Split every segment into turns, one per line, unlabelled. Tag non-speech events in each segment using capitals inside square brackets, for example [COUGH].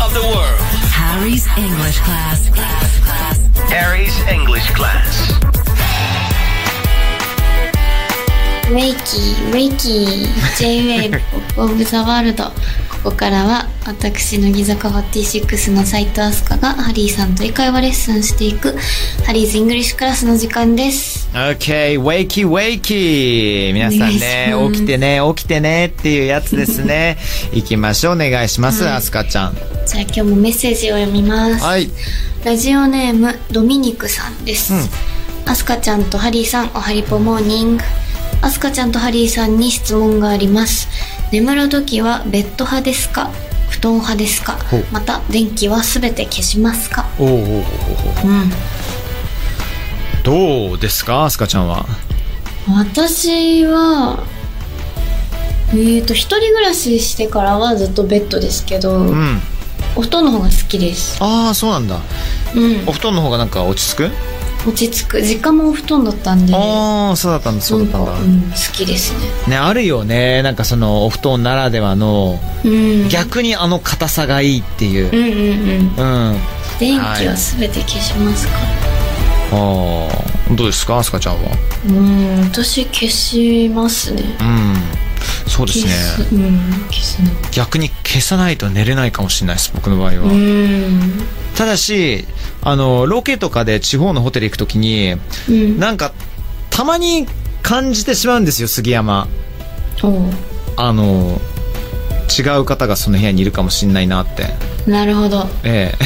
of the world.
Harry's English class.
Harry's English class.
Wakey, Wakey, J-Wave, Pop of the World ここからは私乃木坂46の斉藤飛鳥がハリーさんと英会話レッスンしていくハリーズイングリッシュクラスの時間です
OK, wakey, wakey! 皆さんね
お願、いします
起きてね、起きてねっていうやつです [LAUGHS] ね。行きましょう、お願いします、あすかちゃん。
じゃあ今日もメッセージを読みます、
はい。
ラジオネームドミニクさんです、アスカちゃんとハリーさんおはりぽモーニングアスカちゃんとハリーさんに質問があります眠る時はベッド派ですか布団派ですか
ほう
また電気は全て消しますか
おうおうおうおうどうですか、あすかちゃんは。
私はえーと一人暮らししてからはずっとベッドですけど、
うん。
お布団の方が好きです
ああ、そうなんだ。
うん
お布団の方がなんか落ち着く、
落ち着く実家もお布団だったんで
ああ、そうだったんだ、そうだったんだ
な。んかうん好きですね
ね、あるよね。なんかその、お布団ならではの、
うん
逆にあの硬さがいいっていう
う。んうんうん
うん。
電気は全て消しますか、
ああ、どうですか、あすかちゃんは。
うん私消しますね
うん。そうです
消
ね。
す、うん消すの
逆に消さないと寝れないかもしれないです僕の場合は、
うん
ただしあのロケとかで地方のホテル行く時に
うん
なんかたまに感じてしまうんですよ杉山
おう
あの違う方がその部屋にいるかもしれないなって
なるほど
ええ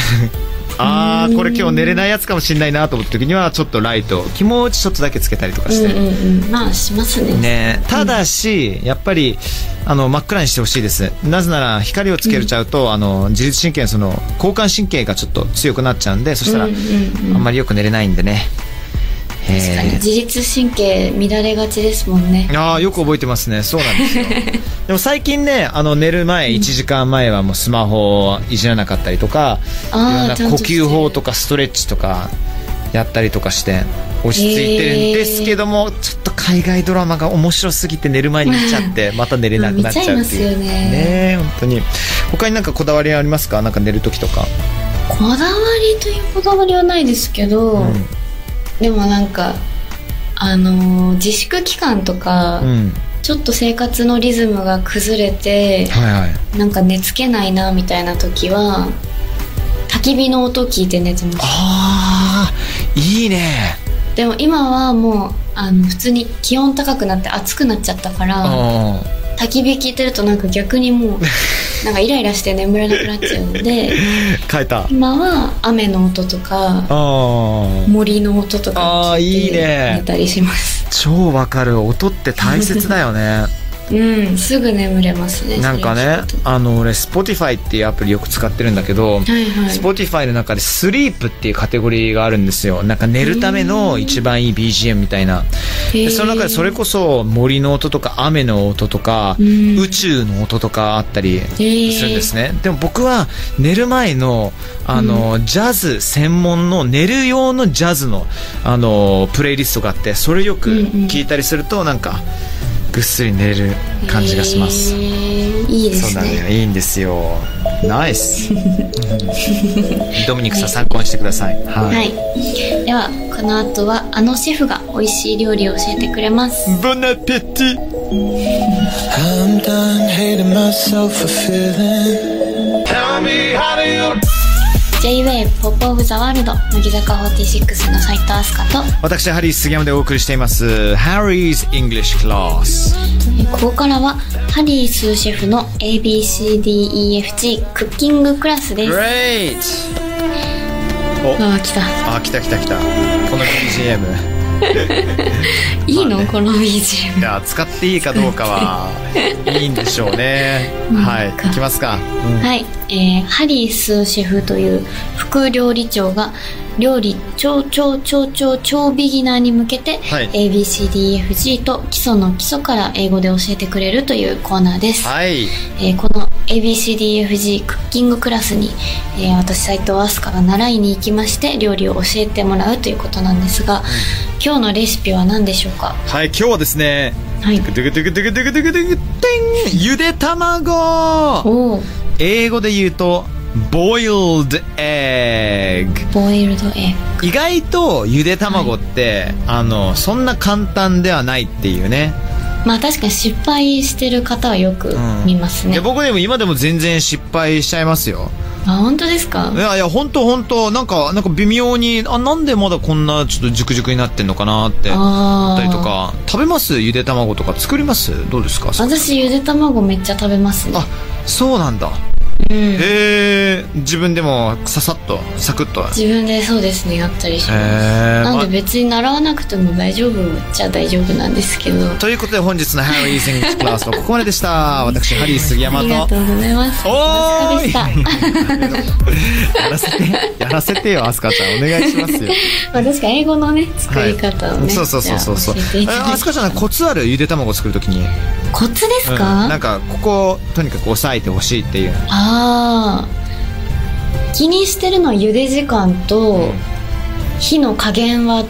あーこれ今日寝れないやつかもしれないなと思った時にはちょっとライト気持ちちょっとだけつけたりとか
う
し
ん
て、
うんうんまあしますね
ね、ただし、やっぱりあの真っ暗にしてほしいですなぜなら光をつけちゃうと、あの自律神経のその交感神経がちょっと強くなっちゃうんでそしたら、
うんうんうん
あんまりよく寝れないんでね
確
え
かに
ー
自律神経乱れがちですもんね
ああよく覚えてますねそうな
[LAUGHS]
んですよでも最近ねあの寝る前1時間前はもうスマホをいじらなかったりとかい
あー
ろんな呼
ちゃんとしてる
吸法とかストレッチとかやったりとかして落ち着いてるんですけども、ちょっと海外ドラマが面白すぎて寝る前に見ちゃって
[LAUGHS]
また寝れなくなっちゃうっていう
見ちゃいますよね
え本当に他になんかこだわりありますかなんか寝る時とか
こだわりというこだわりはないですけど、
ん
でもなんかあのー自粛期間とか、
うん
ちょっと生活のリズムが崩れて
はいはい
なんか寝つけないなみたいな時は焚き火の音聞いて寝てます
ああいいね
でも今はもうあの普通に気温高くなって暑くなっちゃったから
あー
焚き火聞いてるとなんか逆にもう
[LAUGHS]
なんかイライラして眠れなくなっちゃうので
変えたあ
今は雨の音とか
あ
森の音とか
あー
聞
い
い
い
て
ね
寝たりします
超わかる音って大切だよね
[LAUGHS] うんすぐ眠れますね
なんかね
それ聞くと
あの俺 Spotify っていうアプリよく使ってるんだけど、
はいはい
Spotify の中でスリープっていうカテゴリーがあるんですよなんか寝るための一番いい BGM みたいな
へー
でその中でそれこそ森の音とか雨の音とか
うん
宇宙の音とかあったりするんですねでも僕は寝る前のあのジャズ専門の寝る用のジャズのあのプレイリストがあってそれよく聞いたりするとなんかぐっすり寝れる感じがします
へーいいで
そう
す
なの
ね
よいいんですよナ
[LAUGHS]
イスドミニクさん参考にしてくださいは
はい、ではこの後はあのシェフが美味しい料理を教えてくれます
ボナペティ
I'm done hating myself for feeling.
Tell me how do you
J-WAVE ポップオブザワールド乃木坂46の斉藤飛鳥と
私ハリー杉山でお送りしていますハリーズ・イングリッシュ・クラス
えーここからはハリースーシェフの ABCDEFG クッキングクラスです
グ
あ
レイト
あ来た
あ来た来た来たこの BGM
いいの、この BGM
いや使っていいかどうか
[LAUGHS]
はいいんでしょうねはい
なんか
いきますか、
はい、えーハリースーシェフという副料理長が料理超超超超超ビギナーに向けて、
はい
ABCDFG と基礎の基礎から英語で教えてくれるというコーナーです、
はい
えーこの ABCDFG クッキングクラスに、えー私斉藤飛鳥が習いに行きまして料理を教えてもらうということなんですが、今日のレシピは何でしょうか
はい今日はですね
はい
ドゥクドゥクドゥクドゥクドゥクドゥクテンゆで卵
おお
英語で言うと boiled egg
ボイルドエッ
意外とゆで卵って、あのそんな簡単ではないっていうね
グまあ確かに失敗してる方はよく見ますね、
で僕でも今でも全然失敗しちゃいますよ
あ本当ですか
いやいや本当本当なんかなんか微妙にあなんでまだこんなちょっと熟熟になってんのかなって
あー
思ったりとか食べますゆで卵とか作りますどうですか
私ゆで卵めっちゃ食べますね
あそうなんだ
うん
へえ自分でもささっとサクッと
自分でそうですねやったりします、
へー
な
ま
んで別に習わなくても大丈夫っちゃ大丈夫なんですけど
ということで本日のハリー・セングクラスはここまでで [LAUGHS] した私ハリー杉
あ
山
りが
と
とうございます
おーい [LAUGHS]
お疲れ様でした
やらせてやらせてよアスカちゃんお願いし [LAUGHS] ますよ
まあ確か英語のね作り方をね、
そうそうそうそうそう
じゃあ教えていただいて
ああすかちゃんコツあるゆで卵作るときに、
コツです
うん
か、
なんかここをとにかく押さえてほしいっていう
あー気にしてるのは茹で時間と火の加減は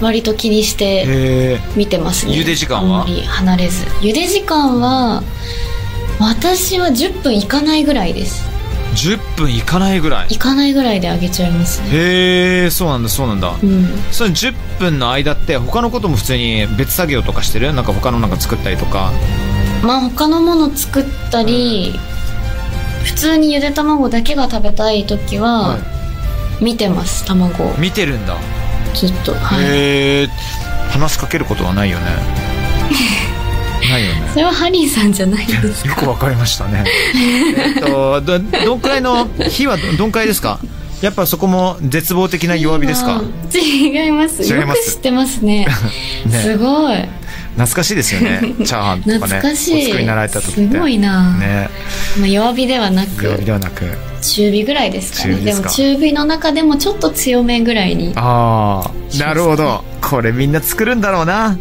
割と気にして
へえ
見てますね
茹で時間は
あんまり離れず茹で時間は私は10分いかないぐらいです
10分いかないぐらい
いかないぐらいで揚げちゃいますね
へえそうなんだそうなんだ、
うん
その10分の間って他のことも普通に別作業とかしてるなんか他のなんか作ったりとか
まあ他のもの作ったり、普通にゆで卵だけが食べたい時は見てます卵を
見てるんだ
ずっと、はい、
へえ話しかけることはない
[LAUGHS]
よねないよね
それはハリーさんじゃないです
よくわかりましたねえっとどどんくらいの火はどどんくらいですかやっぱそこも絶望的な弱火ですか
違います
違いま
よ
す
く知ってますね
[LAUGHS] ね
すごい
懐かしいです
[LAUGHS]
よねチャーハンとかね
懐かし
お
い、
作りになられた時って
すごいな、
ね
まあ、弱火ではな
弱火
く
ではなく
中火ぐらいですかね
中火
で
です
も
か
中火の中でもちょっと強めぐらいに
ああなるほどこれみんな作るんだろ
[LAUGHS]
うな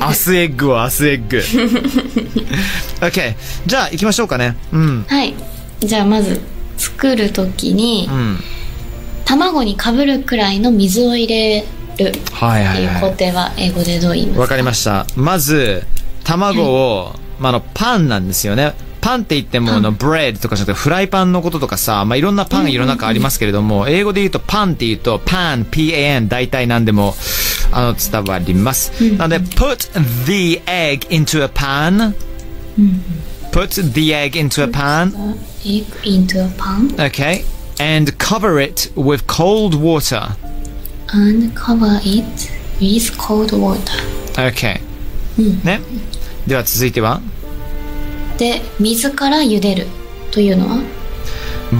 アスエッグはアスエッグ OK じゃあ行きましょうかねうん
はいじゃあまず作る時に、
うん
卵にかぶるくらいの水を入れるって
はいはい
いう工
は
程は英語でどう言います
い
か
わかりましたまず卵を、まあ、あのパンなんですよねパンって言ってもあのブレードとかじゃなくてフライパンのこととかさ、まあ、いろんなパン世の中ありますけれども、英語で言うとパンって言うとパン PAN 大体何でもあの伝わります、なので put the egg into a pan、put the egg into a pan
egg into a pan
okay and cover it with cold water
and cover it with cold water
okay、ねでは続いては
で水から茹でるというのは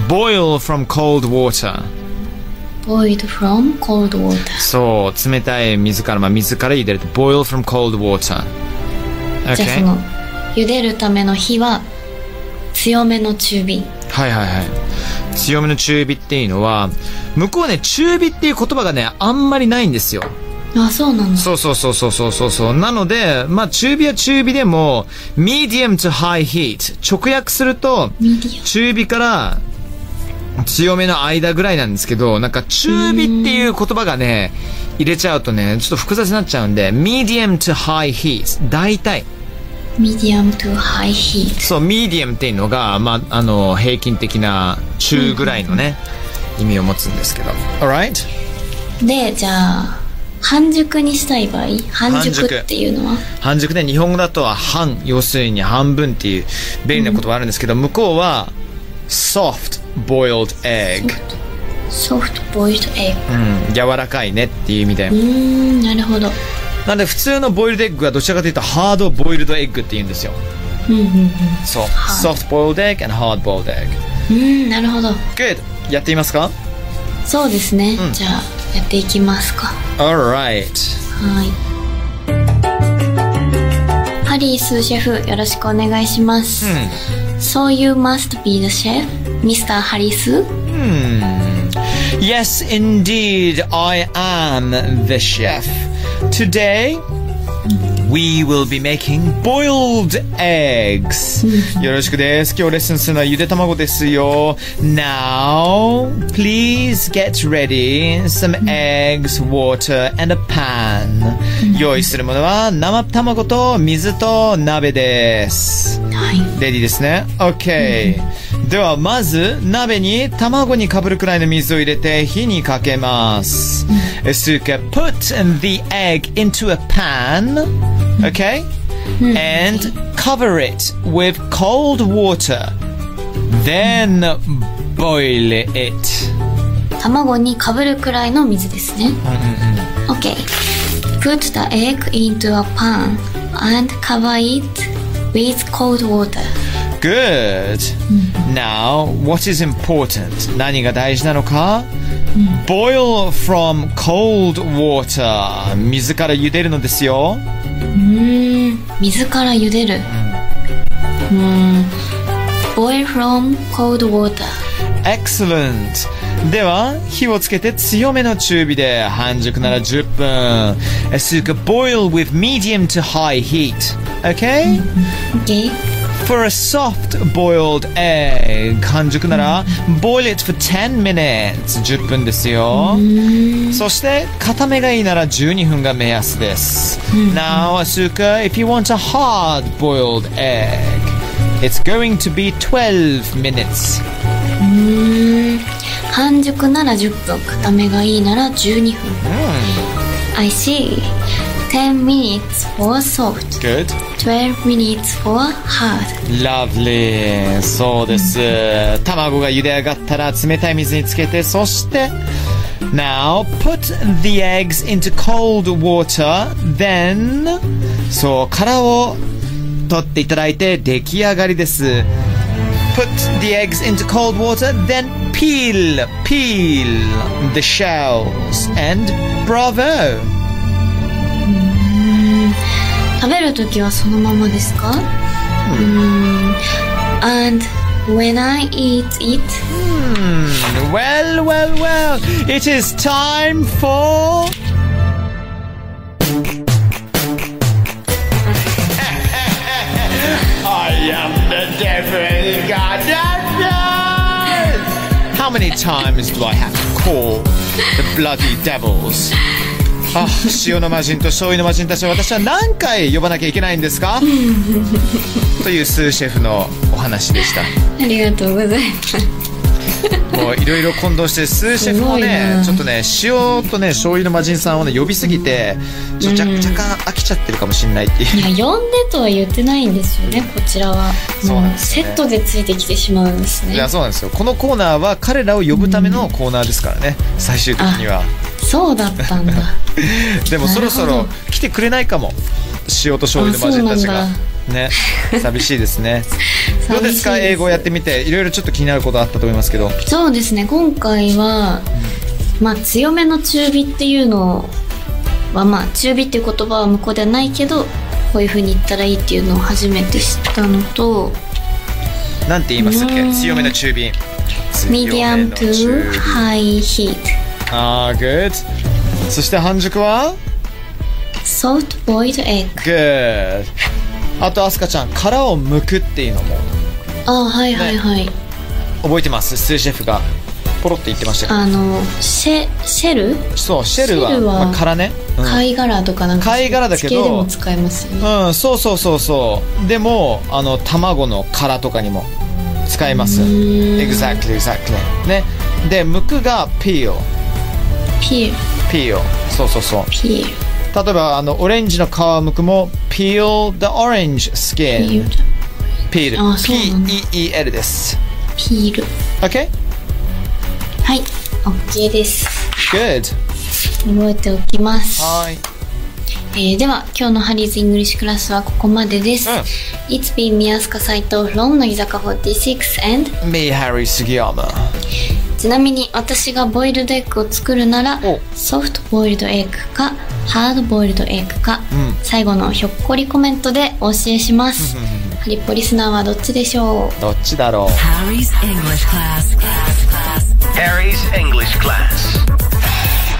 boil from cold water
boiled from cold water
そう冷たい水から、まあ、水から茹でると boil from cold water
じゃあ
OK
その茹でるための火は強めの中火
はいはいはい強めの中火っていうのは向こうね中火っていう言葉がねあんまりないんですよ
あそうなの
そうそうそうそうそうそうそうなのでまあ中火は中火でも medium to high heat 直訳すると
ミディ
中火から強めの間ぐらいなんですけど、なんか中火っていう言葉がね、入れちゃうとね、ちょっと複雑になっちゃうんで、medium to high heat。大体。
アミディアムとハイヒー
そう、medium っていうのが、まあ、あの、平均的な中ぐらいのね、意味を持つんですけど。alright?
トでじゃあ半熟にしたい場合半熟っていうのは
半熟で日本語だとは半、要するに半分っていう便利な言葉あるんですけど、向こうは soft boiled egg。
ソフトボイルドエッ
うん、柔らかいねっていう意味で。
グうーんなるほど
なので普通のボイルドエッグはどちらかというとハードボイルドエッグって言うんですよ
うんうんうんう
そう soft boiled egg and hard boiled egg
ーんなるほど
good やってみますか
そうですね、
ん
じゃあやっていきますか
alright
はいハリースーシェフよろしくお願いします、
う
So you must be the chef, Mr. Harris?
ん、うん、yes indeed I am the chef today We will be making boiled eggs. よろしくです。今日レッスンするのはゆで卵ですよ。Now, please get ready some eggs, water and a pan. 用意するものは生卵と水と鍋です。
はい
レディーですね OK、ではまず鍋に卵にかぶるくらいの水を入れて火にかけます、えスーカ put the egg into a pan OK、and cover it with cold water then boil it
卵にかぶるくらいの水ですね。OK。Put the egg into a pan and cover it with cold water.
Good Now what is important 何が大事なのか Boil from cold water 水から茹でるのですよ
水から茹でる。うーん。Boil from cold water.
Excellent! では、火をつけて強めの中火で半熟なら10分。Asuka, boil with medium to high heat. Okay?
OK。
For a soft boiled egg. 半熟なら、boil it for 10 minutes. 10分ですよ。そして、固めがいいなら12分が目安です。Now, Asuka, if you want a hard boiled egg, it's going to be 12 minutes.
半熟なら10分、固めがいいなら12分。I see. 10 minutes for soft,
Good.
12 minutes for hard.
Lovely そうです卵が茹で上がったら冷たい水につけてそして Now put the eggs into cold water then そう殻を取っていただいて出来上がりです Put the eggs into cold water then peel peel the shells and bravo
食べるときはそのままですかうーん And when I eat it
Well well well it is time for
I am the devil god.
How many times do I have to call the bloody devils? あ、塩の魔人と醤油の魔人たちを私は何回呼ばなきゃいけないんですかというスーシェフのお話でした。
ありがとうございます
もういろいろ混同してスーシェフもねちょっとね塩とね醤油の魔人さんをね呼びすぎてちょっと若干飽きちゃってるかもしれないっていう。
いや呼んでとは言ってないんですよねこちらは
そうなんですよね
もうセットでついてきてしまうんです
い
ね
やそうなんですよこのコーナーは彼らを呼ぶためのコーナーですからね最終的には
そうだった [LAUGHS] んだ
でもそろそ
なる
ろ
ほ
来てくれないかも塩と醤油の魔人たちが
あそうなん [LAUGHS]
ね寂しいですねどうですか
寂しい
英語やってみていろいろちょっと気になることあったと思いますけど
そうですね今回は、まあ強めの中火っていうのはまあ中火っていう言葉は向こうではないけどこういう風に言ったらいいっていうのを初めて知ったのと
なんて言いますっけ
ね
強めの中火
ミディアムトゥハイヒート
ああ good そして半熟は
Soft boiled egg
good あとアスカちゃん殻を剥くっていうのも
あはいはいはい、
覚えてますスーシェフがポロって言ってましたよ
あのシェシェル
そうシェルは
シェルは
まあ、殻ね、うん
貝殻とかなんか
貝殻だけど
地形でも使えますよね
うん、そうそうそうそうでもあの卵の殻とかにも使えます
ーん
Exactly exactly ねでむくが peel
ピール
peel そうそうそう
ピール
例えばあのオレンジの皮をむくも peel the orange
ピー
skin
ル
peel
あそうなんだ
P-E-E-L です
ピール
OK?
はい OK です
Good
覚えておきます
はい
えーでは今日のハリーズ・イングリッシュクラスはここまでです、
うん
It's been 宮塚斎藤 from 乃木坂46 and
Me Harry Sugiyama
ちなみに私がボイルドエッグを作るなら
お
ソフトボイルドエッグかハードボイルドエッグか、
ん
最後のひょっこりコメントでお教えしますハリッポリスナーはどっちでしょ
どっちだろう
Harry's English class.
Harry's English class.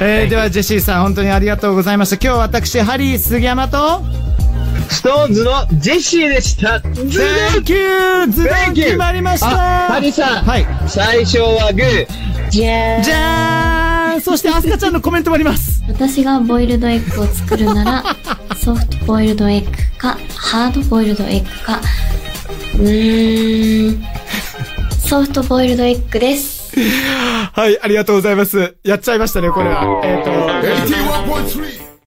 えーではジェシーさん本当にありがとうございました今日私ハリー杉山と
ストーンズのジェシーでした。ズ
Thank you! ズベン
Thank you
決まりました
あ、ハリーさん。
はい。
最初はグー。
じゃーんそしてアスカちゃんのコメントもあります
う私がボイルドエッグ
[LAUGHS]
を作るならソフトボイルドエッグかハードボイルドエッグかうー
[LAUGHS]
ん。ソフトボイルドエッグです。
はい、ありがとうございます。やっちゃいましたね、これは。えっ、と。
8113